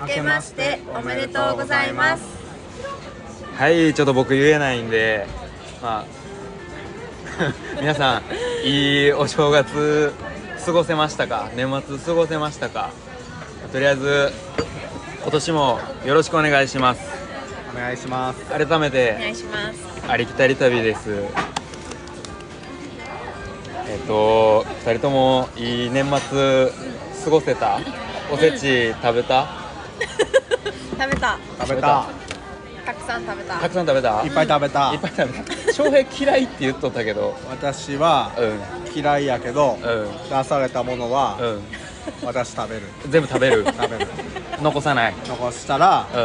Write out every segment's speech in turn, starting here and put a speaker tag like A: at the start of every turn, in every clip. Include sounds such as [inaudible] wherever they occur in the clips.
A: 明けましておめでとうございます
B: はいちょっと僕言えないんでまあ [laughs] 皆さんいいお正月過ごせましたか年末過ごせましたかとりあえず今年もよろしくお願いします
C: お願いします
B: 改め
A: お願
B: て
A: いします
B: ありきたり旅ですえっと2人ともいい年末過ごせたおせち食べた
A: 食べた
C: 食べた
A: たくさん食べた
B: たくさん食べた
C: いっぱい食べた
B: [laughs] いっぱい食べた翔平嫌いって言っとったけど
C: 私は
B: う
C: 嫌いやけど
B: んうん
C: 出されたものは
B: うん
C: 私食べる
B: 全部食べる
C: 食べる
B: 残さない
C: 残したら
B: う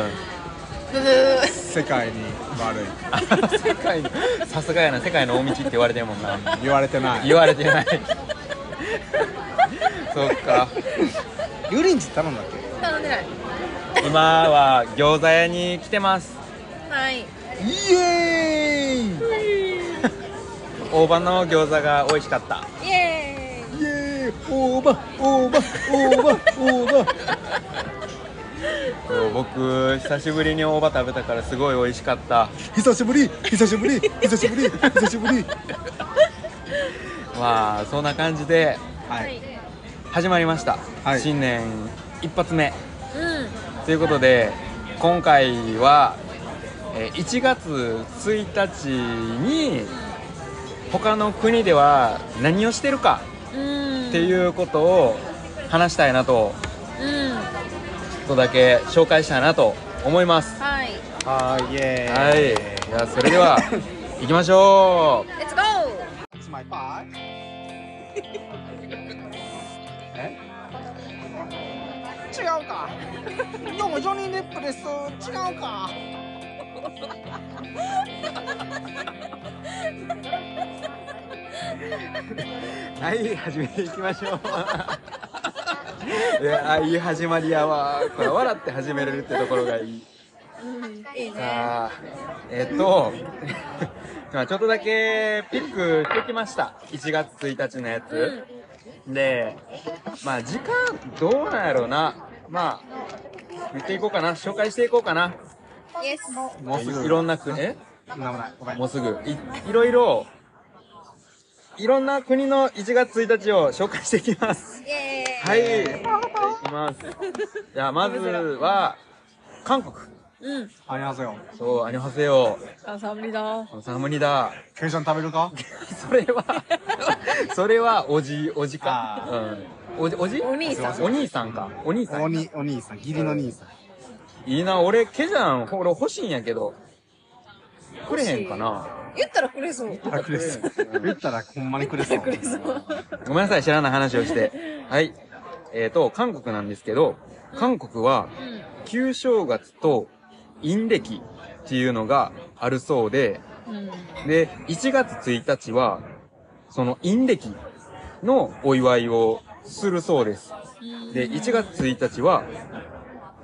A: ブブー
C: 世界に悪い
B: ん世界のさすがやな世界の大道って言われてるもんな
C: 言われてない
B: 言われてないそっか
C: 油淋鶏頼んだっけ
A: 頼んでない
B: 今は餃子屋に来てます
A: はい
C: イエー
B: 大葉の餃子が美味しかった
A: イエーイ
C: イイエーイ大葉大葉大葉大葉
B: そう僕久しぶりに大葉食べたからすごい美味しかった
C: 久しぶり久しぶり久しぶり久しぶり
B: まあそんな感じで
C: は
A: はい
C: い
B: 始まりました、
C: はい
B: 新年一発目
A: うん
B: ということで今回はえー1月1日に他の国では何をしてるか
A: うん
B: って
A: う
B: いうことを話したいなと
A: ん
B: ちょっとだけ紹介したいなと思います
A: はい
C: はいイエ
B: は
C: ーイ
B: いじゃあそれでは [laughs] 行きましょ
A: レッツゴー
C: It's my pie
B: [laughs]
C: え違うかどうもジョニー・デップです違うか
B: うはい始めていきましょう [laughs] いやあいい始まりやわこれ笑って始めれるってところがいい
A: いいね
B: さあえっと [laughs] まあちょっとだけピックしてきました1月1日のやつ、でまあ時間どうなんやろうなまあ言っていこうかな紹介していこうかな
A: イエス
C: もうすぐ
B: いろんな国え
C: なんもないごめん
B: もうすぐいいろいろいろんな国の1月1日を紹介していきます
A: イエーイ
B: はいいきますじゃあまずは韓国
A: うん
C: ありますよ
B: そうアニョハセヨ
A: あさぶりだ
B: サムニダ
C: ケイちゃん食べるか
B: それは [laughs] それはおじおじか
C: あ、
B: うん、おじおじ
A: お兄さん
B: お兄さんかお兄さ
C: お
B: ん
C: にお兄さん義理の兄さん
B: いいな俺ケジャンほら欲しいんやけどくれへんかな
A: 言ったらくれそう
C: あくれそう言ったらほんまにくれそう
A: くれそう
B: ごめんなさい知らない話
C: [laughs]
B: をしてはいえっ、ー、と韓国なんですけど韓国は
A: うん
B: 旧正月と陰暦っていうのがあるそうで
A: うん
B: で1月1日はその陰暦のお祝いをするそうですで、1月1日は、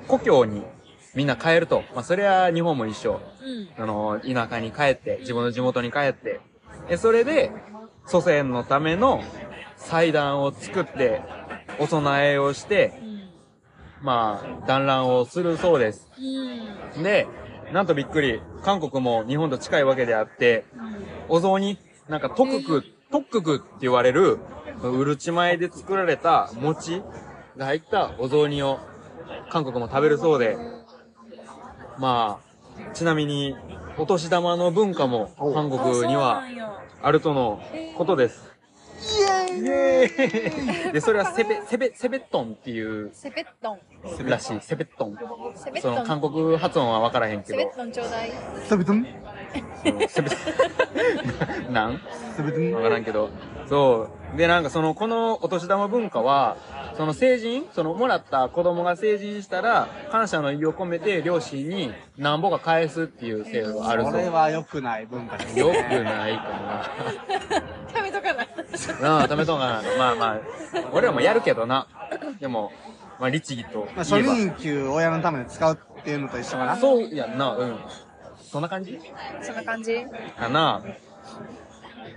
B: 故郷にみんな帰ると。まあ、それは日本も一緒。
A: うん
B: あの、田舎に帰って、自分の地元に帰って。え、それで、祖先のための祭壇を作って、お供えをして、
A: うん
B: まあ、団らんをするそうです。
A: うん
B: で、なんとびっくり、韓国も日本と近いわけであって、お雑煮、なんか特区、特区って言われる、うるち米で作られた餅が入ったお雑煮を韓国も食べるそうで、まあ、ちなみに、お年玉の文化も
C: お
B: 韓国にはあるとのことです。イエーイで、それはセベ、セベ、セベットンっていう
A: セペットン
B: らしい。セベットン。
A: セペッ
B: その
A: ト
B: 韓
A: ン
B: 国発音はわからへんけ
A: セ
B: ど。
A: ペットンちょうだい
C: 食べたん
B: セブン [laughs] なん
C: 食べたん
B: わからんけど。そう。で、なんかその、このお年玉文化は、その成人、そのもらった子供が成人したら、感謝の意を込めて両親になんぼか返すっていう制度があるそ
C: これ
B: う。
C: は良くない文化ですね
B: よくない [laughs] か
A: 食べとかない [laughs]
B: な。なあ、食べとんかな。まあまあ、俺らもやるけどな。でも、まあ、律儀と
C: まあ
B: 言
C: 初
B: えば。
C: 任給親のために使うっていうのと一緒かな
B: そうやんな、うん。そんな感じ
A: そんな感じ
B: かな。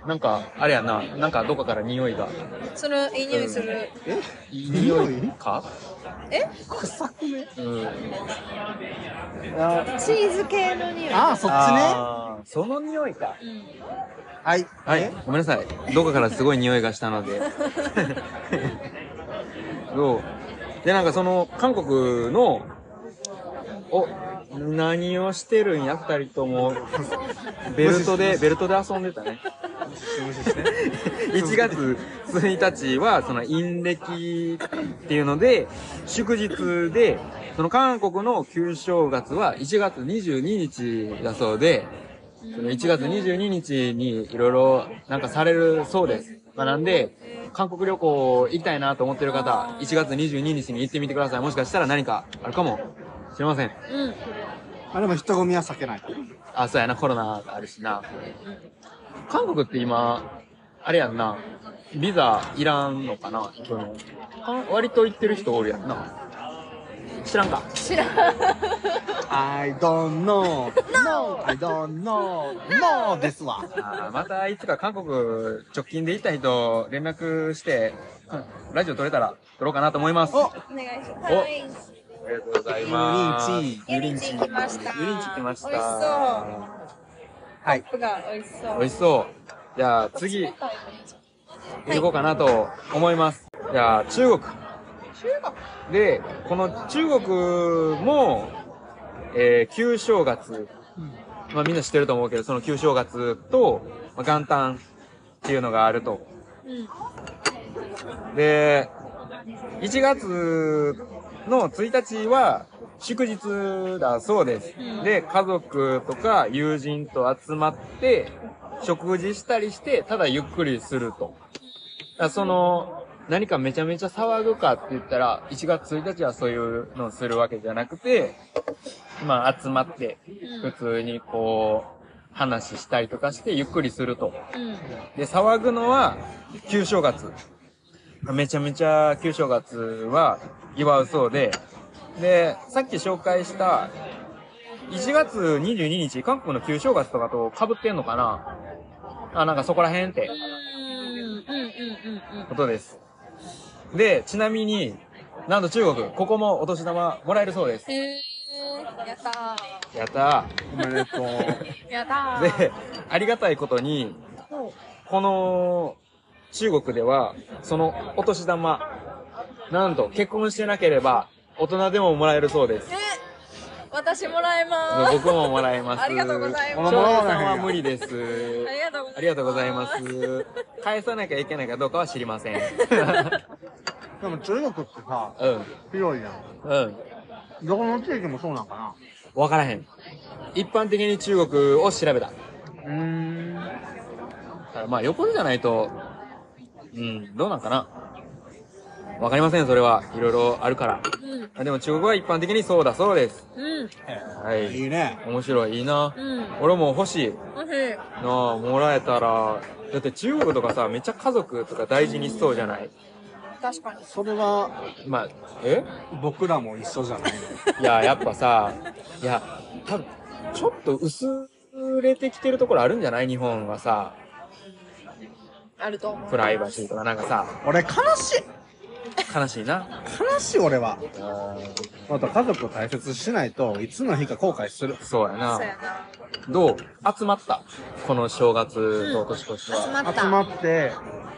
B: なんか、あれやな。なんかどこかから匂いが。
A: そのいい匂いする
C: え
B: いい匂いか
A: え
C: 臭くね
B: うん。
C: あ
A: チーズ系の匂い。
C: あーそっちね
B: あーその匂いか。
A: うん
C: はい
B: はい
C: え、
B: ごめんなさい。どこからすごい匂いがしたので。そう。で、なんかその、韓国の、お、何をしてるんや、二人とも。ベルトで、ベルトで遊んでたね。1月1日は、その、陰暦っていうので、祝日で、その韓国の旧正月は1月22日だそうで、その1月22日にいろいろなんかされるそうです。まあ、なんで、韓国旅行行きたいなと思ってる方、1月22日に行ってみてください。もしかしたら何かあるかもしれません。
A: うん。
C: あでも人混みは避けない
B: あ、そうやな、コロナがあるしな。韓国って今、あれやんな、ビザいらんのかなその割と行ってる人おるやんな。知らんか。
A: 知らん。
C: I don't know No I don't know No ですわ
B: あーまたいつか韓国直近で行った人連絡して、ラジオ撮れたら撮ろうかなと思います。
C: お
A: お願いしま
B: お
A: はい。
B: ありがとうございます。
C: ユリンチ
A: ユリンチ来ました。
B: ユリンチ来ました。
A: 美味しそう。
C: はい
A: プが美味しそう。
B: 美味しそう。じゃあ次、
A: 冷
B: 行
A: たい
B: こうかなと思います。じゃあ中国。
A: 中
B: で、この中国も、えー旧正月。まあみんな知ってると思うけど、その旧正月と、まあ元旦っていうのがあると。
A: 国。うん。
B: で、1月の1日は祝日だそうです。で、家族とか友人と集まって、食事したりして、ただゆっくりすると。だからその、何かめちゃめちゃ騒ぐかって言ったら、1月1日はそういうのをするわけじゃなくて、まあ集まって、普通にこう、話したりとかしてゆっくりすると。
A: うん。
B: で、騒ぐのは、旧正月。めちゃめちゃ旧正月は祝うそうで、で、さっき紹介した、1月22日、韓国の旧正月とかと被ってんのかなあ、なんかそこら辺って
A: うん。うん。うん。
B: ことです。で、ちなみに、なんと中国、ここもお年玉もらえるそうです。
A: うん。へー。やった
B: やった
C: おめでとう
A: ー。やったー。
B: ー。で、ありがたいことに、
A: お
B: この中国では、そのお年玉、なんと結婚してなければ大人でももらえるそうです。
A: え、私もらえまーす。
B: 僕ももらえます。
A: ありがとうございます
B: 翔平さんは無理です。
A: ありがとうございます。
B: ありがとうございま。す。返さなきゃいけないかどうかは知りません。
C: で
B: [laughs]
C: も中国ってさ
B: うん。
C: 広いやん
B: うん。
C: どこの地域もそうなんか
B: わからへん。一般的に中国を調べた。
C: なうーん
B: だからまあ横じゃないと、うん、どうなんかな。わかりません、それは。いろいろあるか
A: う
B: ら。
A: ん。
B: あでも中国は一般的にそうだそうです。
A: うん。
B: はい。
C: いいね
B: 面白い、いいな。
A: うん。
B: 俺も欲しい
A: もし、
B: なあ、もらえたら。だって中国とかさ、めっちゃ家族とか大事にしそうじゃない
A: 確かに。
C: それは
B: まあ、え
C: 僕らも一緒じゃない
B: いや、やっぱさ、いや、多分、ちょっと薄れてきてるところあるんじゃない日本はさ、
A: あると思う。
B: プライバシーとかなんかさ、
C: 俺悲しい
B: 悲しいな。
C: 悲しい俺は
B: うん
C: また家族を大切にしないといつの日か後悔する
B: そうや
A: そう
B: な。
A: やな。
B: どう集まったこの正月と年越し
A: 集ま
B: は。
A: った。
C: 集まって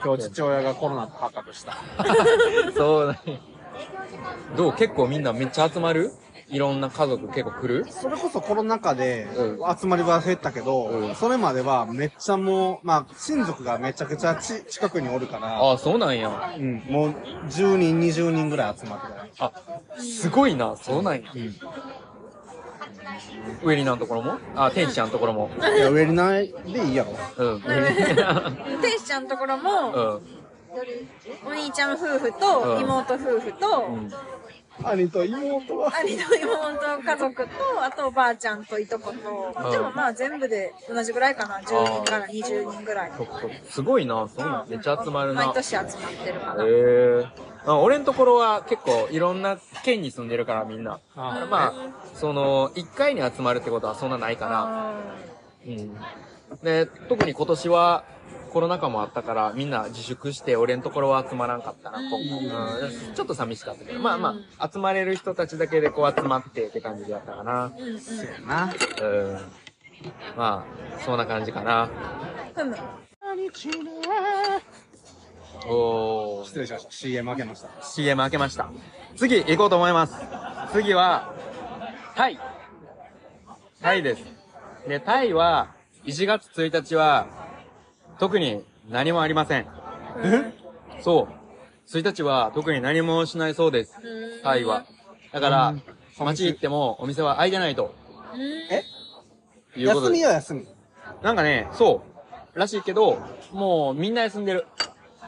C: 今日父親がコロナと発覚した
B: そうだね。どう結構みんなめっちゃ集まるいろんな家族結構来る
C: それこそコロナ禍で
B: う
C: 集まりは減ったけど、
B: うん
C: それまではめっちゃもうまあ親族がめちゃくちゃち近くにおるから
B: ああ、そうなんや。
C: うん、もう10人20人ぐらい集まってた
B: あ、すごいな、そうなんや。
C: うん
B: ウェリナのところもあ、天使ちゃんのところも。
C: いや、上にないでいいやろ。
A: [laughs]
B: うん。ウェリナ
A: 天使ちゃんのところ
B: う
A: も、
B: ん。
A: お兄ちゃん夫婦
B: う
A: と
B: ん
A: 妹夫婦と、
B: うん。
C: 兄と妹は。
A: 兄と妹家族と、あとおばあちゃんといとこと、
B: ん
A: でもまあ全部で同じぐらいかな、10人から20人ぐらい。
B: そっかすごいな、そうなんめっちゃ集まるな。
A: 毎年集まってるか
B: へ
A: な。
B: えあ俺んところは結構いろんな県に住んでるからみんな。だから
C: あ
B: まあ、その、一回に集まるってことはそんなないかな。
A: あ
B: うん。で、特に今年は、コロナ禍もあったから、みんな自粛して、俺のところは集まらんかったな、今回。うん、ちょっと寂しかったけど、まあまあ、集まれる人たちだけでこう集まってって感じだったかな。
A: うんうん。
C: やな。
B: うん。まあ、そんな感じかな。
A: ふむ。
B: おー。
C: 失礼しました。CM 開けました。
B: CM 開けました。次、行こうと思います。次は、タイ。タイです。で、タイは、1月1日は、特に何もありません。そう。1日は特に何もしないそうです。
A: うん
B: タイは。。だから
C: うん、
B: 街行ってもお店は開いてないと
A: うん
C: え
B: いうこ
C: 休
B: と
C: み
B: で。
C: よ、休み。
B: なんかね、そう。らしいけど、もうみんな休んでる。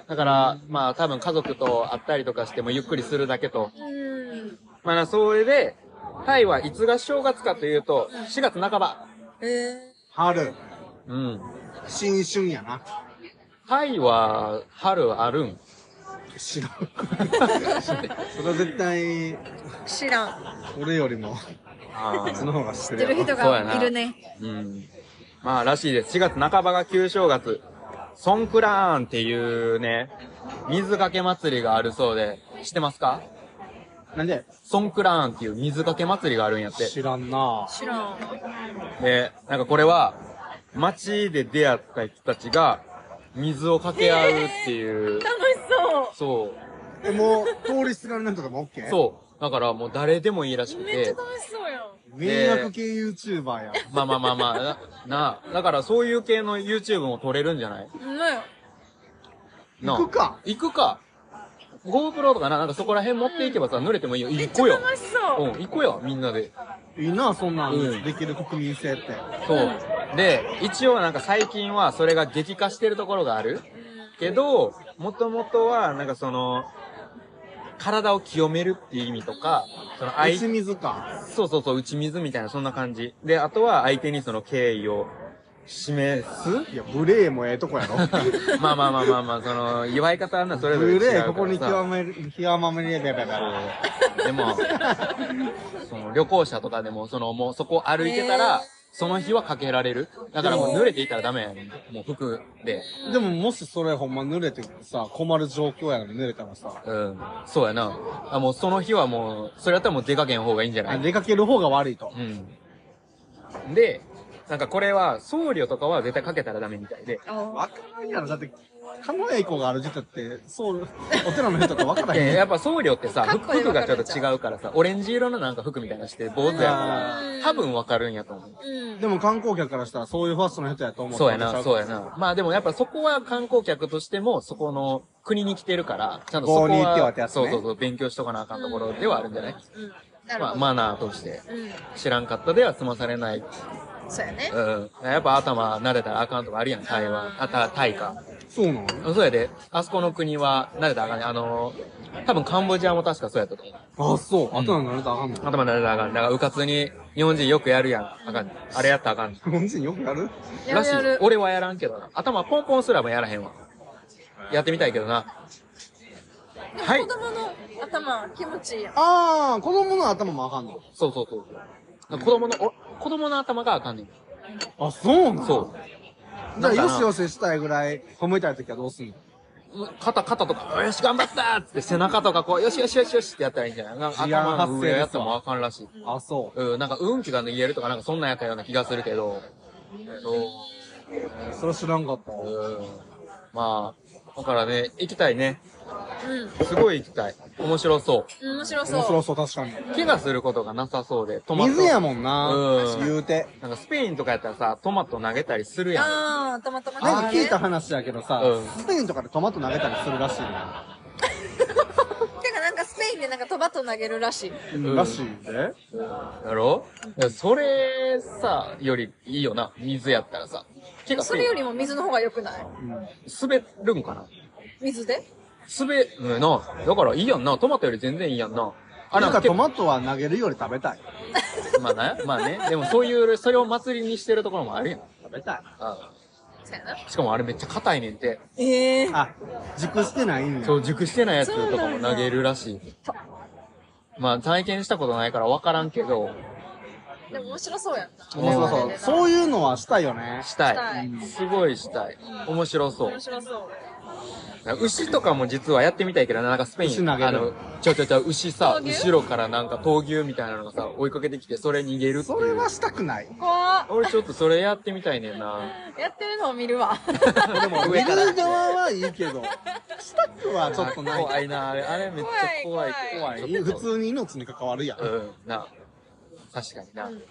B: だから、まあ多分家族と会ったりとかしてもゆっくりするだけと。
A: うん。
B: まあそれで、タイはいつが正月かというと、4月半ば。
A: え
C: 春。
B: うん。
C: 新春やな。
B: タイは春あ
C: [laughs]
B: るん。
C: 知らん。それは絶対、
A: ー、知らん。
C: 俺よりも、
B: あ
C: その方が知っ
A: 知
C: て
A: って
C: る
A: る
C: よ。
A: 人
B: そう
A: が
B: やない
A: るね。
B: うん。まあ、らしいです。4月半ばが旧正月。ソンクラーンっていうね、水かけ祭りがあるそうで、知ってますか
C: なんで
B: ソンクラーンっていう水かけ祭りがあるんやって。
C: 知らんな
A: 知らん。
B: で、なんかこれは、街で出会った人たちが、水をかけ合うっていう、
A: 楽しそ
B: そ
C: え、もう、通りすがるなんとかも OK?
B: う、そう。だからもう誰でもいいらしく
A: う。めっちゃ
B: て、
A: 楽しそうやん。
C: う。迷惑系 YouTuber や。
B: まあまあまあまあ、な、な、だからそういう系の YouTube も撮れるんじゃない
A: うんまよ。
B: なあ
C: 行くか
B: 行くか GoPro とかな、なんかそこら辺持っていけばさ、濡れてもいいよ。
A: めっ
B: 行
A: ち
B: こ
A: ゃ
B: うよ。
A: 楽し
B: う
A: そ
B: ん、行こうよ、みんなで。
C: いいな、そんな
B: うん
C: んできる国民性って。
B: そう。で、一応なんか最近はそれが激化してるところがあ
A: う。
B: る
A: うん
B: けど、もともとは、なんかその、体を清めるっていう意味とか、その相
C: 打ち水か。
B: そうそうそう、打ち水みたいな、そんな感じ。で、あとは相手にその敬意を
C: [laughs]
B: 示す
C: いや、無礼もええとこ
B: [laughs]
C: やろ。
B: まあまあまあまあまあ、その、祝い方はな、それぞれ
C: 無
B: 違うから
C: 礼、
B: さ。
C: ここに極める、極まめれべべべ。
B: でも、その旅行者とかでも、そのもうそこ歩いてたら
A: ね、
B: その日はかけられる。だからもう濡れていたらダメやねん。もう服で。
C: でも、もしそれほんま濡れてさ、困る状況やのに濡れたらさ、
B: うん。そうやな。あ、もうその日はもう、それやったらもう出かけん方がいいんじゃな
C: あ
B: い
C: 出かける方が悪いと。
B: うん。で、なんかこれは、僧侶とかは絶対かけたらダメみたいで。
C: わからんやろ。だって、狩野英孝がある時だって、そう、お寺の人とかわから
B: [laughs] いや
C: へん。
B: やっぱ僧侶ってさ、
A: かっ
B: 服
A: こいい
B: 服がちょっと違うからさ、オレンジ色のなんか服みたいなのして坊主やから
A: うん、
B: 多分わかるんやと思う。
A: うん。
C: でも観光客からしたらそういうファッションの人やと思う。
B: そうやな、そうや。な。まあでもやっぱそこは観光客としても、そこの国に来てるから、ちゃんとそこは、
C: 郷に行ってはってやつね
B: そうそうそう、勉強しとかなあかんところではあるんじゃない、
A: うん。なる
B: ま
A: ほ
B: あ
A: ど。
B: マナーとして。
A: うん。
B: 知らんかったでは済まされない。
A: そうやね。
B: うん。やっぱ頭撫でたらあかんとかあるやん、台湾。あた、タイか。
C: そうなの
B: そうやで、あそこの国は撫でたらあかんね。あの、多分カンボジアも確かそうやったと思う。
C: あ、そう。あとなんかあれとあかんの
B: 頭撫でたらあかん。なんかうかつに日本人よくやるやん。あかん。あれやったらあかん。
C: 日本人よくやる
A: や
B: ら
A: る
B: しい
A: やる。
B: 俺はやらんけどな。頭ポンポンすらもやらへんわ。やってみたいけどな。はい
A: 子。供の頭気持ちいいやん。
C: あー、子供の頭もあかんの
B: そうそうそうそう。子供の、お子供の頭があかんねん。
C: あ、そうなの。
B: そう
C: じゃあ、
B: なんか
C: よ
B: な
C: しよししたいぐらい褒めたい時はどうすんの
B: う。肩、肩とか、よし、頑張ったーっつって背中とかこう、よしよしよしよしってやったらいいんじゃないなんか
C: 治安
B: 頭の
C: 発生
B: 上
C: ですわ
B: やってもあかんらしい。
C: あ、そう。
B: うん、なんか運気が逃げるとかなんかそんなんやったような気がするけど。
C: それ知らんかった。
B: そう。うん。まあ、だからね、行きたいね。
A: うん。
B: すごい行きたい。面白そ
A: うん面白そう。
C: 面白そう、確かに。
B: う。怪我することがなさそうで、トマト。
C: 水やもんな
B: う。ん
C: 言うて。
B: なんかスペインとかやったらさ、トマト投げたりするやん。
A: ああ、たまたまね。
C: なんか聞いた話やけどさ
B: うん、
C: スペインとかでトマト投げたりするらしいね
A: てかなんかスペインでなんかトマト投げるらしい。
B: うん
C: らしいで。
B: やろそれさ、よりいいよな。水やったらさ。怪我
A: それよりも水の方が良くない
B: 滑るんかな
A: 水で
B: 滑るな。だからいいやんな。トマトより全然いいやんな。
C: あ、なんかト
B: マ
C: マトは投げるより食べたい。
B: まあね、まあね。でもそういう、それを祭りにしてるところもあるやん。
C: 食べたい。
B: あ
A: そうやな。
B: しかもあれめっちゃ硬いねんて。
A: ええー。
C: あ、熟してないんや。
B: そう、熟してないやつとかも投げるらしい。まあ体験したことないからわからんけど、
A: でも面白そうやった。
B: 面白そう
A: ね
C: そういうのはしたいよね。
B: したい。
A: したい
B: すごいしたい。面白そう
A: 面。白そう。
B: 牛とかも実はやってみたいけどな、なんかスペイン。
C: 牛投げる
B: あの、ちょちょちょ、牛さ、
A: 闘牛
B: 後ろからなんか闘牛みたいなのがさ、追いかけてきて、それ逃げるっていう。
C: それはしたくない。
A: 怖っ
B: 俺ちょっとそれやってみたいねんな。
C: [laughs]
A: やってるのを見るわ。
B: でも
C: 見
B: 上
C: る
B: から。
C: 側はいいけど、したくはちょっとな
B: 怖
C: い。
B: いな、あれ、あれめっちゃ怖い。
A: 怖
B: ちょっと
C: 普通に命に関わるやん。
B: うん、な。確かにな
A: うん。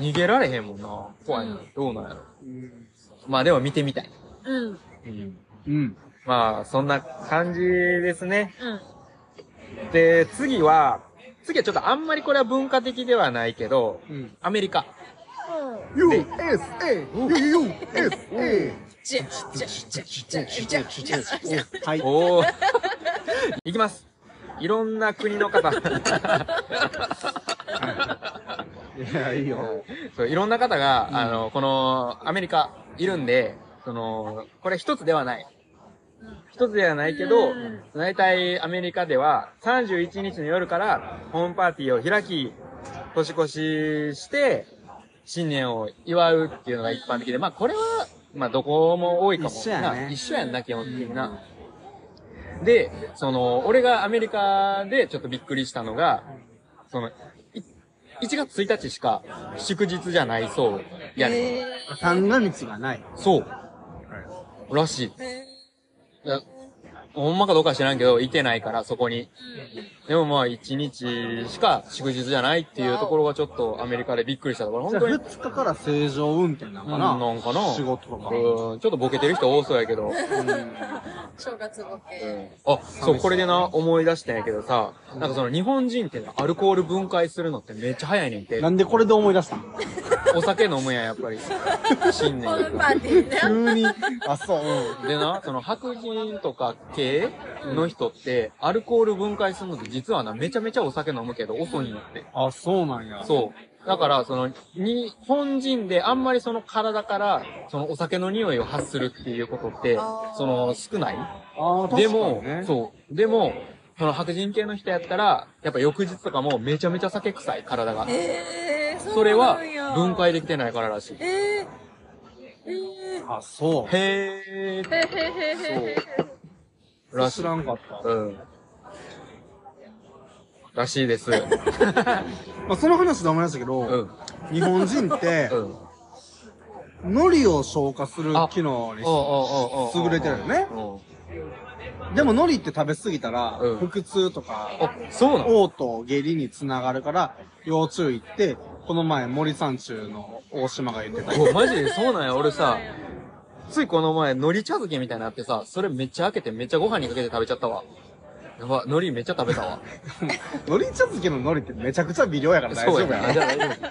B: 逃げられへんもんな。怖いな
A: う。
B: どうなんやろ。
C: うん。
B: まあでも見てみたい。
A: うん。うん。
B: うん。
C: うん。
B: まあ、そんな感じですね。
A: う
B: で、次は、次はちょっとあんまりこれは文化的ではないけど、
C: うん
B: アメリカ。
A: ん。
C: USA! USA!
A: じゃ、じゃ、じゃ、じゃ、じゃ、じゃ、じゃ。
C: はい。
B: おお。 [laughs] いきます。いろんな国の方。
C: いや、いいよ。
B: そういろんな方が、あの、この、アメリカ、いるんで、その、これ一つではない。一つではないけ
A: う
B: ど
A: ん、
B: 大体アメリカでは31日の夜からホームパーティーを開き、年越しして、新年を祝うっていうのが一般的で、まあこれは、まあどこも多いかも。
C: 一緒やね
B: な一緒やんな、基本的にな。で、その、俺がアメリカでちょっとびっくりしたのが、その、い1月1日しか祝日じゃないそうやねん。
A: え
C: 三が日がない。
B: そう。らしい。
A: ーえ
B: いやほんまかどうかは知らんけど、いてないから、そこに。
A: ー。
B: でもまあ、1日しか祝日じゃないっていうところがちょっとアメリカでびっくりしたところ。
C: じ
B: 本
C: ゃあ
B: 当に。
C: 2日から正常運転なのか
B: うんなんかな
C: な仕事とか。
B: うん、ちょっとボケてる人多そうやけど。
A: うん正月ボケ。
B: あ、そう、これでな、思い出したんやけどさ、なんかその日本人ってアルコール分解するのってめっちゃ早いねんて
C: な。んでこれで思い出したの
B: お酒飲むやん、や
C: [laughs]
B: っぱり。新
A: ホー
B: 年
A: ム。パーティーね。
C: 急に、 [laughs] あ、そう、うん
B: でな、その白人とか系の人って、アルコール分解するのって実はな、めちゃめちゃお酒飲むけど遅いんやって。
C: あ、そうなんや。
B: そう。だから、その、日本人であんまりその体から、そのお酒の匂いを発するっていうことって
A: あ、ー
B: その、少ない
C: あー確かにね
B: でも、そう。でも、その白人系の人やったら、やっぱ翌日とかもめちゃめちゃ酒臭い、体が。
A: えー、
B: それは
A: うなんや
B: 分。解できてないかららしい。へ
A: えー、えー、
C: あ、そ
B: え
A: へーへーへーへーへー
B: ー、ら
C: う。
B: し
C: 知
B: い。
C: らんかった。
B: うん。らしいです。
C: まあ、その話で思いましたけど、
B: うん。
C: 日本人って
B: う、ん。
C: 海苔を消化する機能に
B: お
C: 優れてるよね。
B: うん
C: でも海苔って食べ過ぎたら、
B: うん
C: 腹痛とか、
B: あ、そうなの
C: 嘔吐、下痢につながるから、要注意って、この前森三中の大島が言ってた。
B: おマジでそうなんや。俺さ
A: そうなん、や
B: ついこの前、海苔茶漬けみたいなのあってさ、それめっちゃ開けてめっちゃご飯にかけて食べちゃったわ。やば、海苔めっちゃ食べたわ。
C: 海苔茶漬けの海苔ってめちゃくちゃ微量やから大丈
B: そう
C: 夫や
B: な。
C: な
B: じゃあ大丈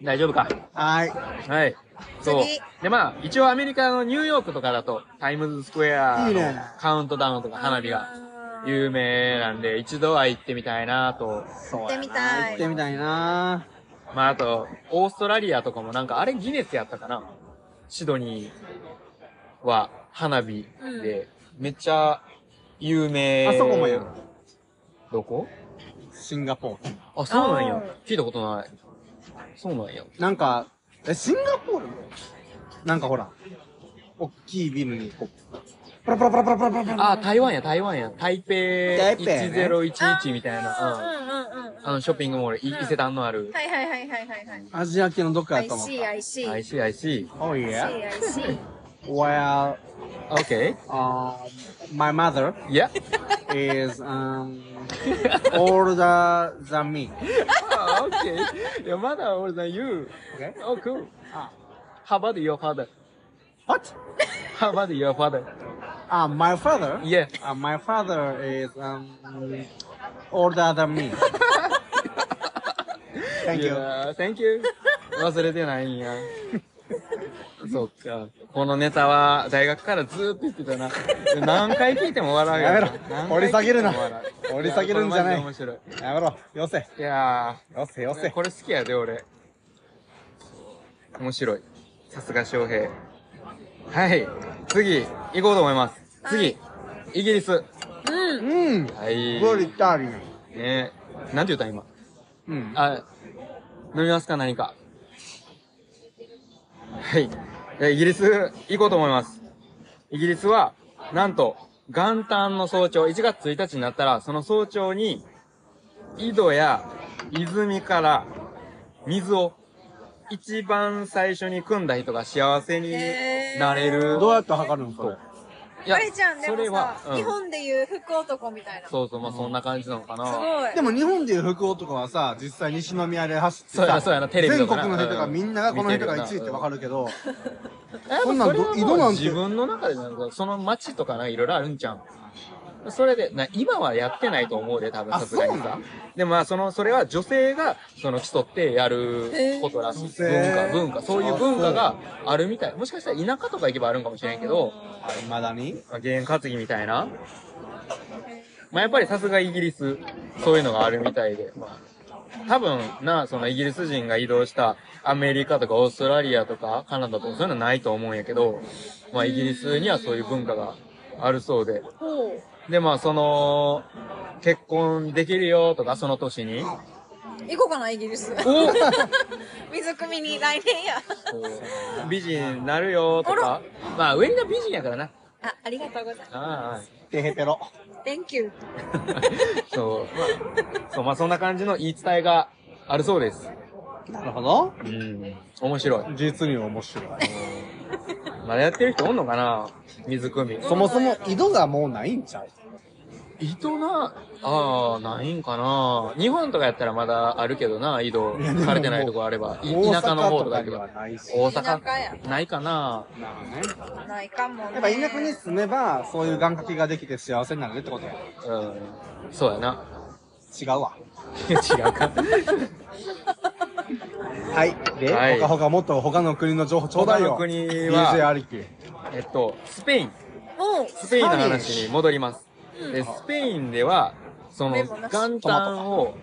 B: 夫。大丈夫か。
C: はい。
B: はい。そう
A: 次。
B: で、まあ、一応アメリカのニューヨークとかだと、タイムズスクエア
C: いい
B: の
C: ね
B: カウントダウンとか花火が
A: あー
B: 有名なんで、一度は行ってみたいなと。
C: そう
A: ってみたい
C: 行ってみたいな
B: まあ、あと、オーストラリアとかもなんか、あれギネスやったかなシドニーは花火で、めっちゃ有名。
C: あそこもやん。
B: どこ
C: シンガポール。
B: あ、そうなんや
A: あー。
B: 聞いたことない。そうなんや。
C: なんか、え、シンガポールなんかほら、おっきいビルにこう、パラパラパラパラパラパラパラ。
B: あ、台湾や、台湾や。台北
C: 台北やね
B: 1011みたいな。うん。
A: うんうんうんうん。
B: あの、ショッピングモール、い
A: うん
B: 伊勢丹のある。
A: はいはいはいはいはいはい。
C: アジア系のどっかやと思った。
A: IC、IC。
B: I see, I see.
C: Oh yeah?
A: IC。
C: Well,
B: Okay.
C: uh, my mother
B: Yeah. [laughs]
C: is um, older than me.
B: Ah, okay. Your mother older than you.
C: Okay?
B: Oh, cool.
C: Ah.
B: How about your father?
C: What?
B: How about your father?
C: Uh, my father?
B: Yeah.
C: Uh, my father is um, older than me. Thank you.
B: Yeah, thank you. 忘れてないんや。 [laughs] そっか。このネタは大学からずーっと言ってたな。で何回聞いても笑うよな。
C: やめろ
B: 何回聞いても
C: 掘り下げるな
B: 笑う
C: 掘り下げるんじゃない
B: いやこれマジで面
C: やめろ、よせ。
B: 白い。いや
C: よせよ
B: ー、
C: せ。
B: これ好きやで、俺。面白い。さすが翔平。はい。次、行こうと思います。次、イギリス。
A: うん。
C: うん。
B: はい。
C: ブリタリアン。
B: ねなんて言った今。
C: うん。
B: あ、飲みますか何か。はい。えイギリス行こうと思います。イギリスは、なんと、元旦の早朝、1月1日になったら、その早朝に、井戸や泉から水を一番最初に汲んだ人が幸せになれる。
C: どうやって測るんです
B: そう
C: か
B: い
A: あれちゃんで
B: そ
A: も
B: れは
A: さ、、
B: うん
A: 日本でいう福男みたいな。す
B: そうそう、まあそんな感じなのかな。
A: ごい。
C: でも日本でいう福男はさ、実際西宮で走って
B: そうやな
C: さ、
B: そうやなテレビと
C: 全
B: か
C: 国
B: な
C: の人がみんながこの人が
B: うん
C: 1位ってわかるけど、
B: そ
C: そ
B: ん
C: ん
B: な
C: なんん
B: ど、
C: ど
B: 井戸
C: 井戸なんて
B: 自分の中でなんか、その街とかな、いろいろあるんちゃうそれで、な、今はやってないと思うで、多分、
C: あ
B: さすがに
C: そうな
B: さ
C: の。
B: でもまあ、その、それは女性が、その、競ってやることらしい。
C: へー
B: 文化、文化。そういう文化があるみたい。もしかしたら田舎とか行けばあるんかもしれんけど、
C: まだに
B: まあゲーム担ぎみたいな。まあ、やっぱりさすがイギリス、そういうのがあるみたいで、まあ、多分な、そのイギリス人が移動したアメリカとかオーストラリアとかカナダとかそういうのはないと思うんやけど、まあ、イギリスにはそういう文化があるそうで。
A: ほう。
B: で、まあ、その、結婚できるよとか、その年に。
A: 行こうかな、イギリス。
B: お
A: [laughs] 水汲みに来年や。
B: 美人になるよとか。まあ、上には美人やからな。
A: あ、ありがとうございます。
B: ああ。
C: てへぺろ。
A: Thank you.
B: そう、まあ、そう、まあ、そんな感じの言い伝えがあるそうです。
C: なるほど。
B: うん。面白い。
C: 実に面白い。
B: まだやってる人おんのかな水汲み。
C: そもそも井戸がもうないんちゃう
B: 糸な、ああ、ないんかな日本とかやったらまだあるけどな、井戸
C: いやでも
B: されてないとこあれば。い
C: 大
B: 田舎の
C: 阪
B: 方
C: と
B: とか
C: か
B: や
C: に
B: けど
C: は。ないし。
B: 大
A: 田舎や
B: 阪、ないかな
C: なるほどね。
A: ないかもね。
C: やっぱ田舎に住めば、そういう願掛けができて幸せになれるってことや。
B: うん。そうやな。
C: 違うわ。
B: [laughs] 違う [laughs] か。
C: はい。で、
B: はい
C: ほかほかもっと他の国の情報ちょうだいよ。
B: 他の国は
C: DJ ありき。
B: えっと、スペイン。
A: おう。
B: スペインの話に戻ります。で、スペインでは、その、
A: メモなし
B: 元旦を、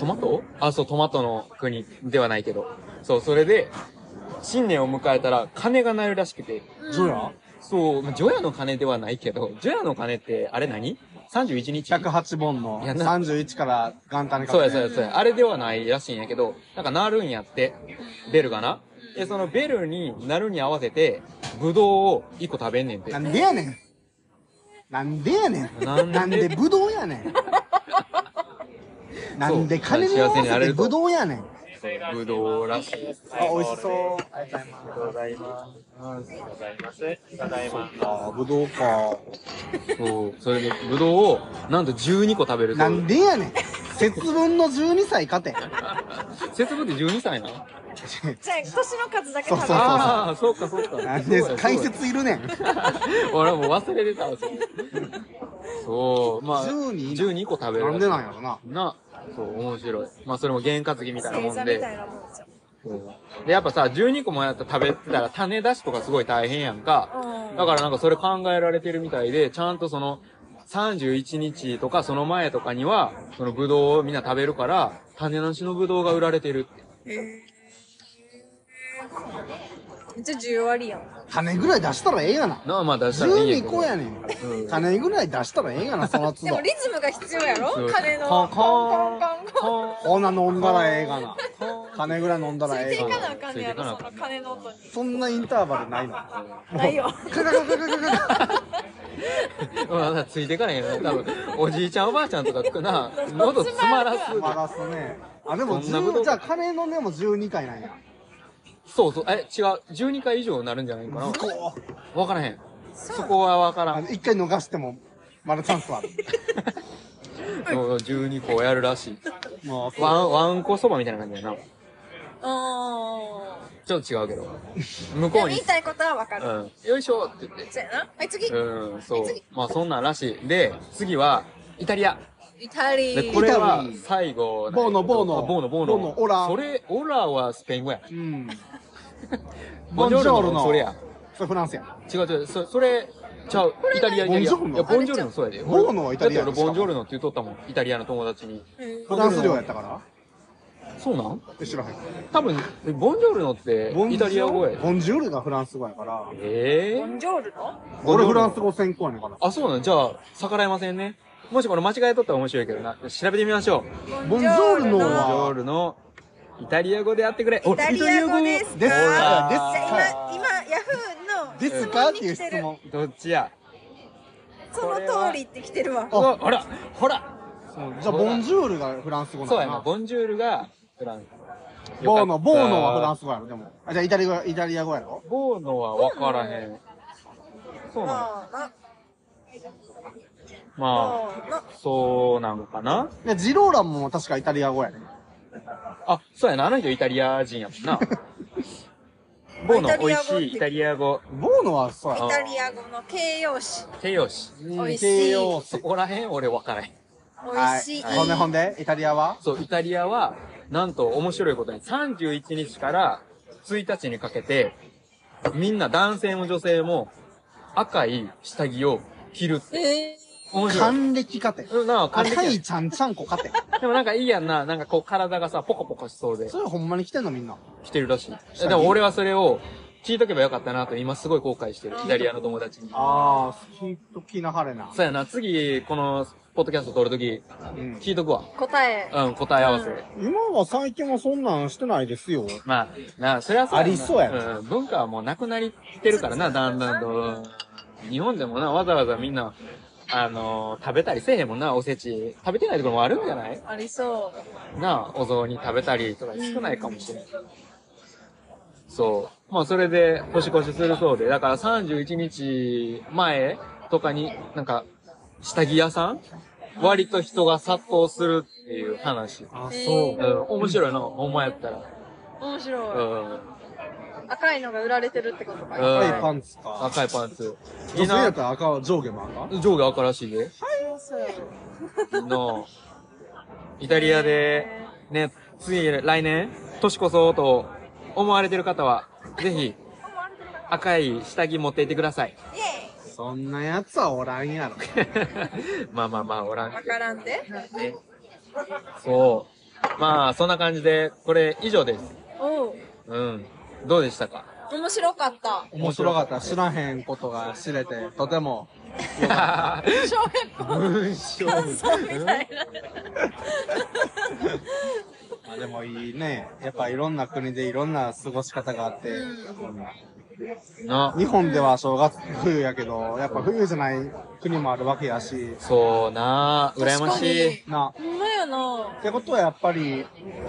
B: トマトあ、そう、トマトの国ではないけど。そう、それで、新年を迎えたら鐘が鳴るらしくて。
C: ジョヤ
B: そう、まあ、ジョヤの鐘ではないけど、ジョヤの鐘って、あれ何 ?31 日
C: ?108 本の
B: いやな
C: 31から元旦にか
B: そう
C: け
B: や
C: て。
B: そうやそうや。あれではないらしいんやけど、なんか鳴るんやって。ベルがな。で、そのベルに鳴るに合わせて、ブドウを1個食べんねんて
C: な。んでやねん。なんでやね
B: なんで
C: ん。なんでブドウやねん。なんで金に合
B: 幸せ
C: わ
B: にな
C: せ
B: れ
C: て
B: ると
C: ブドウやねん。
B: ブドウらしいです。
C: あ、美味しそう。ありがとうございます。
D: ございます。ございます。ございます。
C: あー、ぶどうか。
B: そう。それで、ぶどうを、なんと12個食べると。
C: なんでやねん。節分の12歳勝て。
B: 節分って12歳なの
A: じゃあ、年の数だけ
C: そう
A: 食べ
C: そう
A: る。
B: ああ、そうかそうか。
C: なんで
B: そうや
C: 解。説いるねん。
B: そうや俺もう忘れてたわ、それそう。まあ、
C: 12
B: 12個食べる
C: な
B: らし
C: ん
B: い。
C: でなんやろな。
B: な、そう、面白い。まあ、それも験担ぎみたいなも
A: 星
B: ん
A: 座みたい
B: で。
A: なもんじゃん。
B: そうで、やっぱさ、12個もやったら食べてたら種出しとかすごい大変やんか。
A: うん
B: だからなんかそれ考えられてるみたいで、ちゃんとその、31日とかその前とかには、そのブドウをみんな食べるから、種なしのブドウが売られてるって。
A: めっちゃ需要ありやん。
C: 金ぐらい出したらええやな。
B: なあ、まあ出したらいいんやけ
C: 12
B: ど。
C: 個やね
B: うん
C: ん。金ぐらい出したらええやな、その都
A: でも
C: 度
A: リ。ズムが必要やろ
B: そう
A: 金の。
B: コンコン
A: コンコンコン
B: コーン
C: こんな飲んだらええがな。
B: コーン
C: 金ぐらい飲んだ
A: つ
C: ら
A: い
C: え
A: て
C: え
A: いか
C: が
A: な
C: な。
A: あかんねやろ、
B: ついてい
A: そ
B: かなあ
A: の
B: かん
A: 金の音に。
C: そんなインターバルない
B: [laughs]
C: の。
A: ないよ。
C: カカカカカカカカ。
B: まだついていかないよね。多分、おじいちゃんおばあちゃんとか、な、喉詰まらす。
C: マラスね。あ、でも
B: そんなこと
C: 10、じゃあ金のねも12回なんや。
B: そうそう、え、違う。12回以上になるんじゃないかな
C: ず。こ
B: わからへん。そこはわから
C: あ
B: ん。
C: の、一回逃しても、まだチャンスはある。
B: そう12個やるらし
C: も
B: い。ワン、ワンコそばみたいな感じやな。
A: あ
B: ちょっと違うけど。向
A: ー。で
B: こ
A: も
B: うに
A: 言い。たいことはわか
B: う
A: る。
B: ん。よいしょって言って。
A: そうやな。はい、次。
B: うん、そう
A: 次。
B: まあそんなんらしい。で、次は、イタリア。
A: イタリ
B: で、
A: ー。
B: これは
C: イタリー
B: 最後なんやけど。
C: ボーノボーノ
B: あボーノ、ボーノ。
C: ボーノオラ
B: それ、オラはスペイン語や。
C: う。うん。
B: ボンジョルノもそれや。
C: それフランスや。
B: 違う違う、そそれ、ちゃう、イタリア、イタリア。
C: ボンジョルノ
B: いや、ボンジョルノそうやで。俺
C: ボーノはイタリアや
B: だって俺ボンジョルノって言っとったもん。イタリアの友達に。
A: うん
C: フランス領やったから
B: そうなん
C: え、知らへん。
B: 多分、ボンジョルノって
C: ボン、ジ
B: イ
C: ュ
B: タリア語やで。
C: ボンジュールがフランス語やから。
B: ええ
A: ボンジョールの
B: ボンジ
C: 俺
B: ョ
C: フ
B: ルノ
C: ランス語専攻やねんから。
B: あ、そうなんじゃあ、逆らえませんね。もしこれ間違えとったら面白いけどな。調べてみましょ
A: ボ
B: う。
C: ボンジョールの
B: ボンジ
C: は
B: ョルノ、イタリア語でやってくれ。
A: イタリア語ですか
C: です
A: じ
B: か
A: ゃあ今、今、ヤフーの
C: で
A: 質
C: すか
A: 問
C: っ
A: に
C: てい
A: 来
C: う質
A: てる。
C: 問。
B: どっちや
A: その通りって来てるわ。
C: あ
B: うわほらほら
C: そうじゃあ、ボンジュールがフランス語な
B: そう
C: の
B: や
C: か
B: な、
C: な。
B: ボンジュールがフランス。
C: ボーノ、ボーノはフラン
B: ス。
C: ス語やろ、でも。あ、じゃあイタリア語、イタリア語やろ
B: ボーノはわからへん。そうなの
A: ああ、
B: ま
A: ああ、な
B: あ、そうなんかな
C: で、ジローランも確かイタリア語やね。
B: あ、そうやな、あの人イタリア人やも
A: [laughs]
B: んな。ボーノ
A: あイタリア、語
B: 美味しい、イタリア語、
C: ボーノはそうや
B: あ
A: イタリア語の形容詞。
B: 形容詞。
C: ろ。
A: 美味しい
C: 形容詞
B: そこらへん俺わからへん。
A: 美味しい。
C: はい。ほんでほんで、イタリアは
B: そう、イタリアは、なんと面白いことに31日から1日にかけて、みんな男性も女性も赤い下着を着るって。
A: え
B: 面白い。
C: 還暦かて。
B: うん、なあ、
C: あ、
B: 還暦や
C: タイちゃんちゃんこかて。
B: でもなんかいいやんな。なんかこう体がさ、ポコポコしそうで
C: それほんまに来てんのみんな。
B: 来てるらしい。
C: 下着
B: でも俺はそれを聞いとけばよかったなと今すごい後悔してる。イタリアの友達に。
C: あー、好きときなはれな。
B: そうやな、次、この、ポッドキャスト撮るとき、
C: うん。
B: 聞いとくわ。
A: ー、答え。
B: うん、答え合わせ。
C: 今は最近はそんなんしてないですよ。
B: まあ、なあ、それはさ、
C: ありそうやな
B: うん、文化はもうなくなりってるからな、だんだんと。日本でもな、わざわざみんな、あのー食べたりせえへんもんな、おせち。食べてないところもあるんじゃない
A: ありそ
B: なあ、お雑煮食べたりとか少ないかもしれない。そう。まあ、それで、年越しするそうで。だから31日前とかに、なんか、下着屋さん割と人が殺到するっていう話。
C: あ、
A: そう
B: うん、面白いな、お前やったら。
A: う。面
B: う
A: 白い。
B: ん。
A: 赤いのが売られてるってことか。
B: うん
C: 赤いパンツか。
B: 赤いパンツ。い
C: 女
B: い
C: 性や
B: な
C: っ。たら赤は上下も赤
B: 上下赤らしい [laughs] で。
A: そう
B: いいな。イタリアで、ね、次、来年、年こそと思われてる方は、ぜひ、赤い下着持っていってください。 [laughs]
A: イエ
C: そんなやつはおらんやろ。
B: まあまあまあ、おら
A: ーイわ
B: んけ
A: からんで。
B: どね。そう。まあ、そんな感じで、これ以上です。
A: おう。
B: うん。どうで [laughs] したか
A: 面白かった。
C: 面白かった。知らへんことが知れて、とても。
A: 小学校の
C: 文章。
A: 感想みたいな。
C: まあでもいいね。やっぱいろんな国でいろんな過ごし方があって。
B: な。
C: 日本では正月冬やけど、やっぱ冬じゃない国もあるわけやし。
B: そうな羨ましい。
C: な。
A: ほんまやな。
C: ってことはやっぱり、 [clears throat]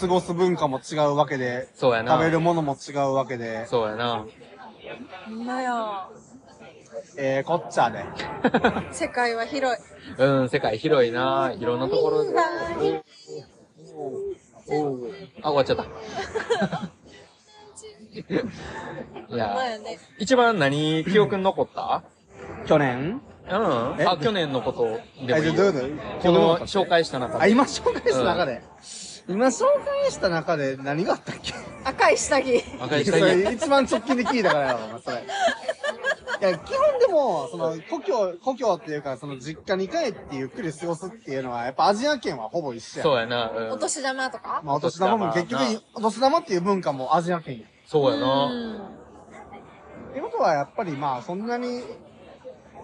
C: 過ごす文化も違うわけで、
B: そうやな
C: 食べるものも違うわけで、
B: そうやな。 [laughs]
A: ほんまや。
C: えー、こっちゃで。
A: 世界は広い。
B: うん、世界広いな。いろんなところで。あ、終わっちゃ
A: [laughs]
B: った。い
A: ほんま
B: や、
A: やね。
B: 一番何記憶に残った
C: 去年
B: うん。あ、去年のことでもいいよ。
C: えじゃあどういうこと
B: この紹介した中
C: あ、
B: で。
C: 今紹介した中で。今紹介した中で何があったっけ
A: 赤い下着。
B: 若い
C: そ
B: 人に。
C: れ一番直近で聞いたからやろ、お前それ。いや、基本でも、その、故郷、故郷っていうか、その実家に帰ってゆっくり過ごすっていうのは、やっぱアジア圏はほぼ一緒やん。
B: そうやな。う
A: お
B: ん。
A: 年玉とか
C: まあ、お年玉も結局
B: お年玉、
C: お年玉っていう文化もアジア圏や。
B: そうや
A: う
B: な。
A: ん
C: ってことは、やっぱりまあ、そんなに、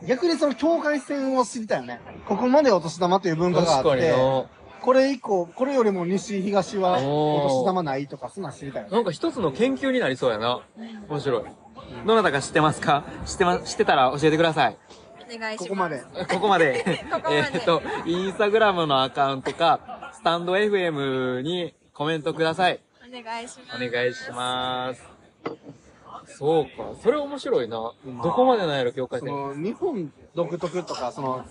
C: 逆にその境界線を知りたいよね。ここまでお年玉という文化があ
B: 確か
C: っ
B: に
C: て、
B: な。
C: これ以降、これよりも西、東はお年玉ないとか、そんなん知りたいよね。
B: なんか一つの研究になりそうやな。面白い。どなたか知ってますか知ってま、知ってたら教えてください。
A: お願いします。
C: ここまで。
B: ここまで
A: [laughs] ここま。で
B: [laughs] えーっと、インスタグラムのアカウントか、スタンド FM にコメントください。
A: お願いしま
B: お
A: す。
B: 願いします。そうか。それ面白いな。ど
C: まあ
B: こまでなんやろ、境界
C: そ
B: 線。
C: の、日本独特とか、その、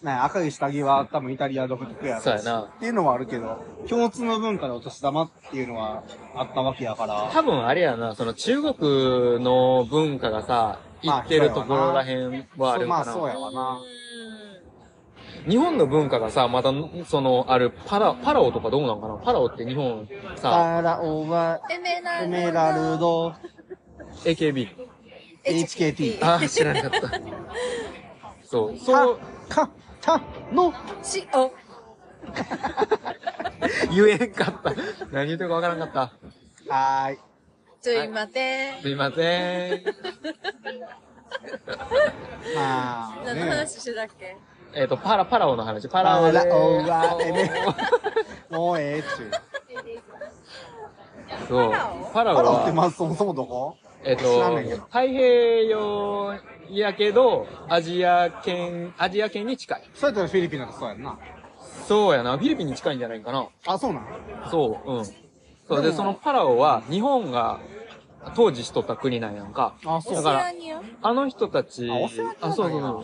C: ね、赤い下着は多分イタリア独特やろし
B: そうやな
C: っていうのはあるけど、共通の文化でお年玉っていうのはあったわけやから、
B: 多分あれやな、その中国の文化がさ、行
C: まあ
B: ってるところらへんはあるん
C: ま
B: か
C: あそう
B: な。
C: やわな。
B: 日本の文化がさ、また、その、ある、パラ、パラオとかどうなんかなパラオって日本さ、
C: パラオは、
A: エメラルド。
C: エメラルド、
B: AKB。
C: HKT
B: ああ、知ら
C: [laughs]
B: なかった。そう、そう、
C: か、た、の、
A: し、お、
B: 言えんかった。何言ってるかわからんかった。
C: はーい。
A: ちょい待て。
B: すいません。
C: まあ、
A: 何の
C: ね、
A: 話してたっけ
B: えっ、と、パラ、パラオの話。パラオで [laughs]
C: パラオはエメ
B: おー
C: もうええっちゅう。
B: そう。パラオ
C: パラオって
B: は、
C: まずそもそもどこ
B: えっ
C: 知らんねんけ
B: と
C: ど、
B: 太平洋やけど、アジア圏、アジア圏に近い。
C: そうやったらフィリピンだとそうやんな。
B: そうやな。フィリピンに近いんじゃないかな。
C: あ、そうなん
B: そう、うん。そう
C: で
B: で、
C: も
B: そのパラオは、日本が当時しとった国なんやんか。
C: あ、そう
A: オ
B: だ
A: セ
B: から
A: アニア
B: あの人たち、
C: あオセアニアなんや
B: あ、そうそうそう。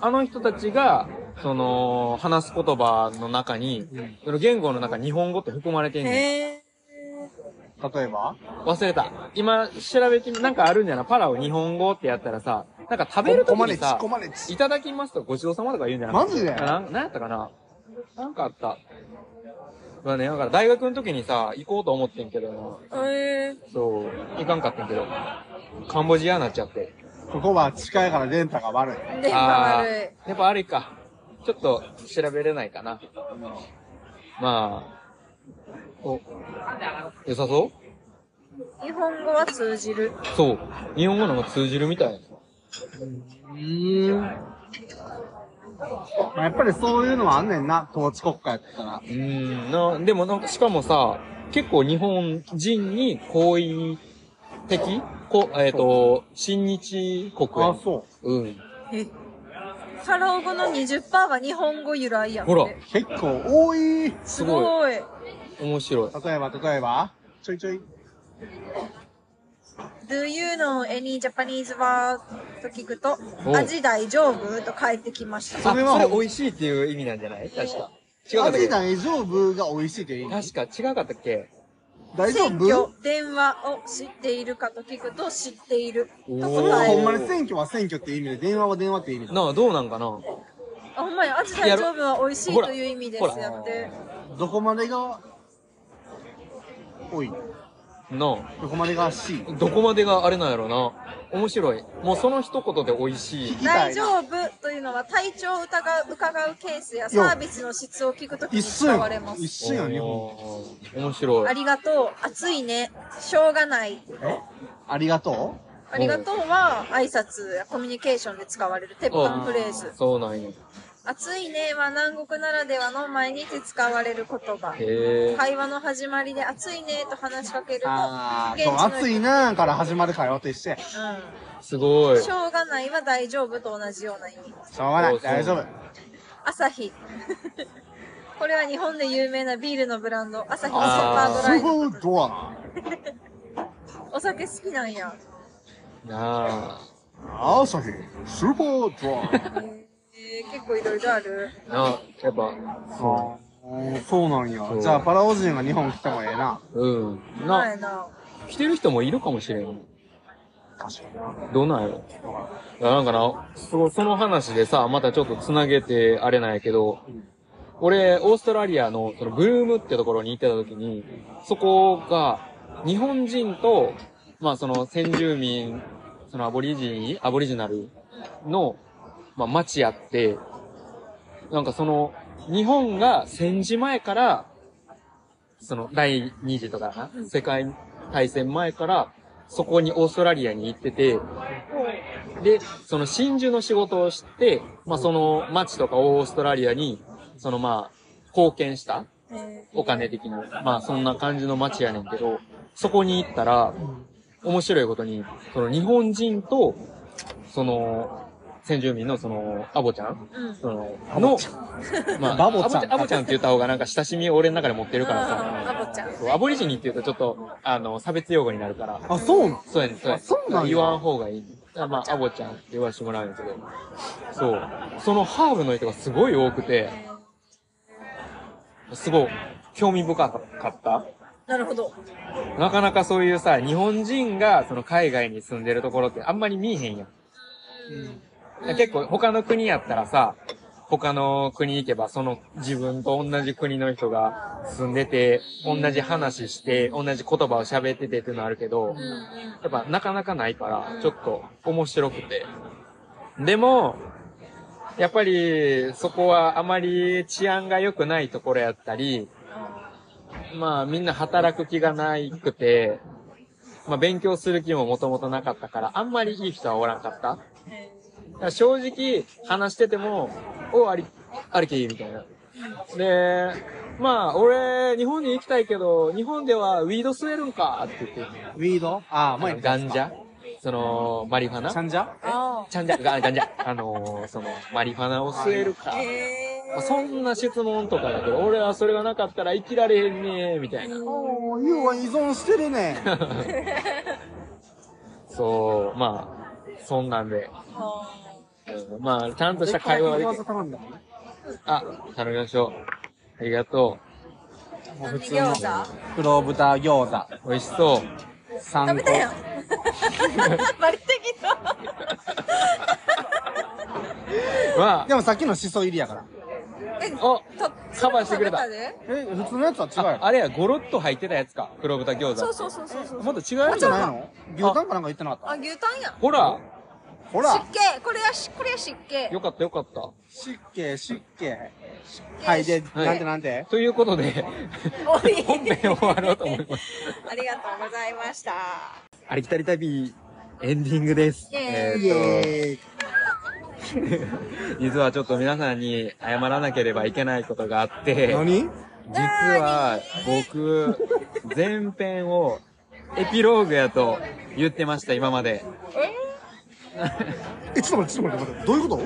B: あの人たちが、その、話す言葉の中に、その言語の中に日本語って含まれてんねん。
A: へえ。
C: 例えば
B: 忘れた。今、調べてみ、なんかあるんじゃないパラオ日本語ってやったらさ、なんか食べるとき
C: こま
B: に
C: れち、
B: さ
C: こ、まれち。
B: いただきますとかごちそうさまとか言うんじゃなかった
C: マジで
B: ななんやったかななんかあった。まあね、だから大学の時にさ、行こうと思ってんけどな。
A: へえ。
B: そう、行かんかったんけど、カンボジアになっちゃって。
C: ここは近いから電波が悪い。
A: 電波悪い。
B: ーやっぱあれか。ちょっと調べれないかな。まあ、お、良さそ
A: 日本語は通じる。
B: うそう。日本語の方が通じるみたい。
C: うん。まあ、やっぱりそういうのはあんねんな、統治国家やったら
B: う。ーん、な、でもなんか、しかもさ、結構日本人に好意的こえっ、と、親日国や
C: あ、
B: ん
C: そ
B: うん。
A: えパラオ語の20%は日本語由来やん
B: ほら、
C: う。結構多い。例え
A: すごい。
B: 面白い。
C: ば、例えば、ちょいちょい。
A: Do you know any Japanese word? と聞くと、
B: お
A: 味大丈夫と返ってきました。
C: それは
B: あそれ美味しいっていう意味なんじゃない確か。違かったっ
C: 味
B: け
C: 大丈夫が美味しいっていい
B: 確か違かったっけ
C: 大丈
A: 選挙
C: 夫、
A: 電話を知っているかと聞くと、知っている。と答え
C: ほん
A: る。
C: まに選挙は選挙って意味で、電話は電話って意味だ。
B: なあ、どうなんかな
A: あほんまや、味大丈夫は美味しいという意味です
B: ほら
A: やって。
C: どこまでが、おい。
B: な
C: どこまでが C。
B: あ、どこまでがあれなんやろうな。面白い。もうその一言で美味しい。
A: 大丈夫というのは体調を疑う伺うケースやサービスの質を聞くときに
C: 一
A: 使
C: 緒
A: われ
C: よ
A: ま。
C: 一
A: す。
C: 緒よ、日本。
B: おー面白
A: あ
B: い。
A: りがとう、暑いね、しょうがない。
C: ありがと
A: ありがとうは挨拶やコミュニケーションで使われる鉄板フレーズ。
B: そうなんや。
A: 暑いねは南国ならではの毎日使われる言葉。
B: へえ。
A: 会話の始まりで暑いねと話しかける
C: う
A: と、
C: あー、
A: 現地
C: そう、
A: の
C: 暑いなーから始まる会話と一緒や。し
B: すご
A: う
B: い
A: ん。し。ょうがないは大丈夫と同じような意味。
C: ょうがな
B: そ
C: い、
B: うそう
C: 大丈夫。
A: 朝日。 [laughs] これは日本で有名なビールのブランド、朝日のスーパードラ
C: す
A: イ。
C: ごいドアな。
A: お酒好きなんや。
B: なあ。
C: 朝日、スーパードラ
A: えー、結構いろいろある。
B: なあ、やっぱ、
C: イ。そうなんや
B: そう。
C: じゃあ、パラオ人が日本来てもええな。
B: うん。
A: 前
B: な、
A: な。
B: 来てる人もいるかもしれん。
C: 確かに。
B: どうなんやろいやなんかな、そその話でさ、またちょっと繋げてあれなんやけど、俺、オーストラリアの、その、ブルームってところに行ってた時に、そこが、日本人と、まあその、先住民、そのアボリジニ、アボリジナルの、まあ町やって、なんかその、日本が戦時前から、その、第二次とかな、世界大戦前から、そこにオーストラリアに行ってて、で、その真珠の仕事をして、まあ、その町とかオーストラリアに、そのまあ、貢献した
A: え
B: お金的な、まあ、そんな感じの町やねんけど、そこに行ったら、面白いことに、その日本人と、その、先住民のその、アボちゃん
A: ー、うん。
B: その、の、まあ、
C: バ
B: アボ
C: ボ
B: ち
C: ちゃん
B: ゃん、アボちゃんって言った方がなんか親しみを俺の中で持ってるからさ、
A: あ、あぼちゃん。
B: そうアボリジニって言うとちょっと、あの、差別用語になるから、
C: あ、そうなん
B: そうやねん、そうやね
C: あそうなんや
B: 言わん方がいい。あまあ、アボちゃんって言わしてもらうんやけど。そう。そのハーブの人がすごい多くて、すごい興味深かった。
A: なるほど。
B: なかなかそういうさ、日本人がその海外に住んでるところってあんまり見えへんやん。結構他の国やったらさ、他の国行けばその自分と同じ国の人が住んでて、同じ話して、同じ言葉を喋っててっていうのあるけど、
A: うんうん。
B: やっぱなかなかないから、ちょっと面白くて。でも、やっぱりそこはあまり治安が良くないところやったり、まあみんな働く気がないくて、まあ勉強する気ももともとなかったから、あんまりいい人はおらんかった。だから正直話してても、おう、あり、ありき、みたいな。で、まあ、俺、日本に行きたいけど、日本ではウィード吸えるんかって言って。
C: ウィードああ、前に
B: ガンジャその、マリファナ
C: ちゃんじゃ
A: あ
B: ちゃんじゃ、ガガンジャ。あのー、その、マリファナを吸えるか
A: あ。。へー。
B: まあそんな質問とかだけど、俺はそれがなかったら生きられへんねみたいな。
C: おー、ユウは依存してる [laughs] ね。
B: そう、まあ、そんなんで。
A: あ
B: うんまあ、ちゃんとした会話はでき
C: 技頼んだもんね。
B: あ、頼みましょう。ありがと
A: ー。何餃子
C: 黒豚餃子。
B: う。美味しそう。
C: 三
A: 食べた
B: [laughs]
A: やん。バレてきた。
B: ま
C: でもさっきのシソ入りやから。
A: え、
B: [laughs] あ、お、
A: と
B: カバーしてくれた
A: その中で
C: え、普通のやつは違う
B: あ
C: や
B: あれや、ゴロッと入ってたやつか。黒豚餃
A: そう
B: 子。
A: そうそうそうそう。
B: もっと違う
C: ろ。
B: や
C: あ
B: つ
C: じゃない
B: な。
C: の牛タンかなんか言ってなか
A: あ、
C: っ
A: 牛タンやん。
B: ほら、
C: たほ
A: 湿
C: ら
A: 気。これやし、これや湿気。
B: よかったよかった。
C: 湿気、湿気。はい、で、
B: はい
C: なんてなんて
B: ということで、
A: おい
B: 本編終わろうと思います。
A: ありがとうございました。
B: ありきたり旅、エンディングです。
A: イェーイ
B: ー
C: イエーイ。
B: 実はちょっと皆さんに謝らなければいけないことがあって、
C: 何
B: 実は僕、前編をエピローグやと言ってました、今まで。
C: え、ちょっと待って、ちょっと待って、待ってどういうこと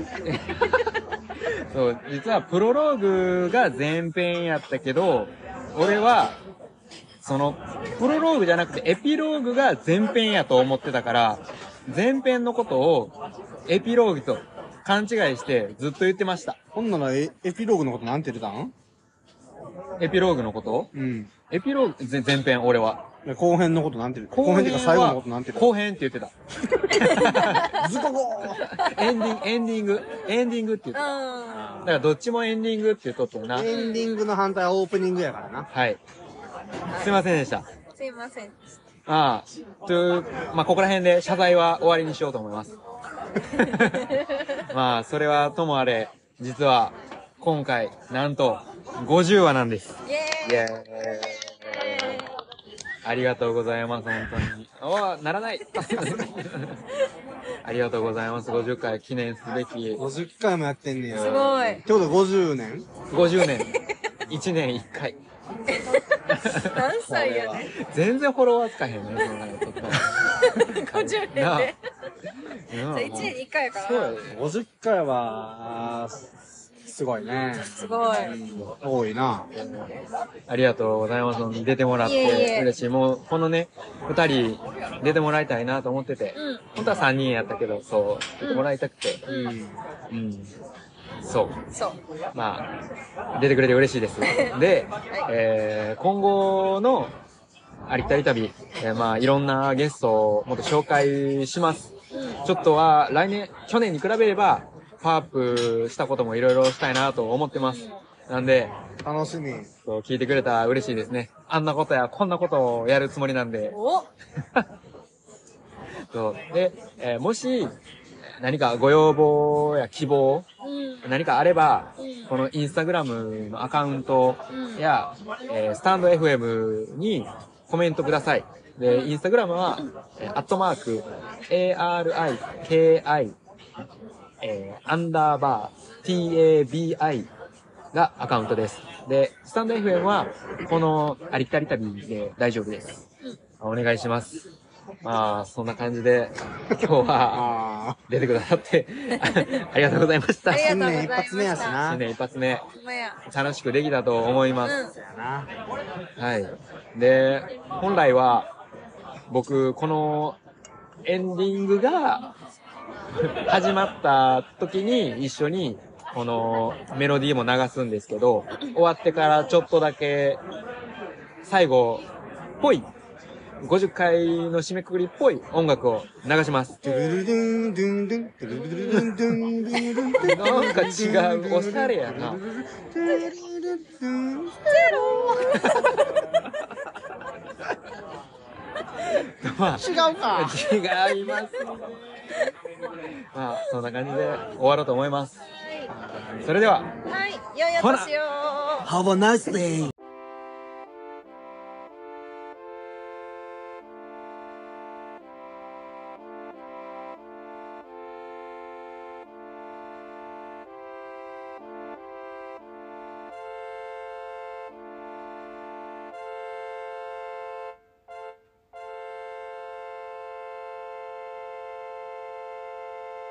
B: そう、実はプロローグが前編やったけど、俺は、その、プロローグじゃなくてエピローグが前編やと思ってたから、前編のことをエピローグと勘違いしてずっと言ってました。
C: ほんならエ、エピローグのことなんて言ってたん
B: エピローグのこと
C: うん。
B: エピローグ、ぜ前編、俺は。
C: で後編のことなんて言って
B: 後
C: 後
B: 編
C: 編
B: は
C: っていうか最後のことなんて言って
B: 後編って言ってた。
C: たずこごー
B: エンディング、 [laughs] エンディング、エンディングって言ってた。
A: うん。
B: だからどっちもエンディングって言っとったよ
C: エ
B: な。
C: ンディングの反対はオープニングやからな。
B: はい。すいませんでした。
A: すいません。
B: ああ、という、まあ、ここら辺で謝罪は終わりにしようと思います。 [laughs] まあ、それはともあれ、実は、今回、なんと、50話なんです。
A: イエ
B: イ
A: ーイ。
B: ェーイ。ありがとうございます、本当に。おー、ならない [laughs] ありがとうございます、50回記念すべき
C: 50回もやってんねや。
A: すごい
C: っ。てことは50年
B: 50年、1年1回。
A: 何歳やね。
B: 全然フォロワーつかへんね、そんなのちょっと。
A: 50年で。じ
B: な
A: ゃ
B: あ
A: あ
B: うん
A: 1年に1回やから
B: そうや
A: な
B: で。
C: 50回は、すごいね。
A: すごい。
C: 多いな。
B: ありがとうございます。出てもらっ
A: いえい
B: て
A: え
B: 嬉しい。もう、このね、二人出てもらいたいなと思ってて、
A: うん
B: 本当は三人やったけど、そう、出てもらいたくて、
C: うん。
B: うん。そう。
A: そう。
B: まあ、出てくれて嬉しいです。で、えー、今後のありきたり旅、えーまあ、いろんなゲストをもっと紹介します。ちょっとは、来年、去年に比べれば、パワーアップしたこともいろいろしたいなと思ってます。なんで、
C: 楽しみ。
B: そう、聞いてくれたら嬉しいですね。あんなことやこんなことをやるつもりなんで。 [laughs]
A: お
B: そう。で、えーもし、何かご要望や希望、
A: うん。
B: 何かあれば、このインスタグラムのアカウントや、えースタンド FM にコメントください。で、インスタグラムは、えーアットマーク、ARIKI、えーアンダーバー、TABI がアカウントです。で、スタンド FM は、このありきたり旅で大丈夫です。お願いします。まあ、そんな感じで、今日
A: [laughs]
C: あ
B: は出てくださって、ありがとうございました。
A: あ
C: あ。
A: り
B: 新
C: 新
A: がとうございました
C: 年一発目やしな。
B: 年一発目、
A: ほんまや。
B: 楽しくできたと思います。
A: うん。
C: やな。
B: はい。で、本来は、僕、このエンディングが [laughs] 始まった時に一緒に、このメロディーも流すんですけど、終わってからちょっとだけ、最後、ぽい、50回の締めくくりっぽい音楽を流します。
C: ドゥルルドゥンドゥンドゥン、ドゥルルルドゥンドゥンドゥンドゥンドゥンドゥン
B: なんか違うおしゃれやな
C: ドゥルルルドゥン
B: まあ
C: 違うか。
B: 違いますね。まあ、そんな感じで終わろうと思います。それで
A: は
B: は、
A: い。良いお年を。
C: Have a nice day!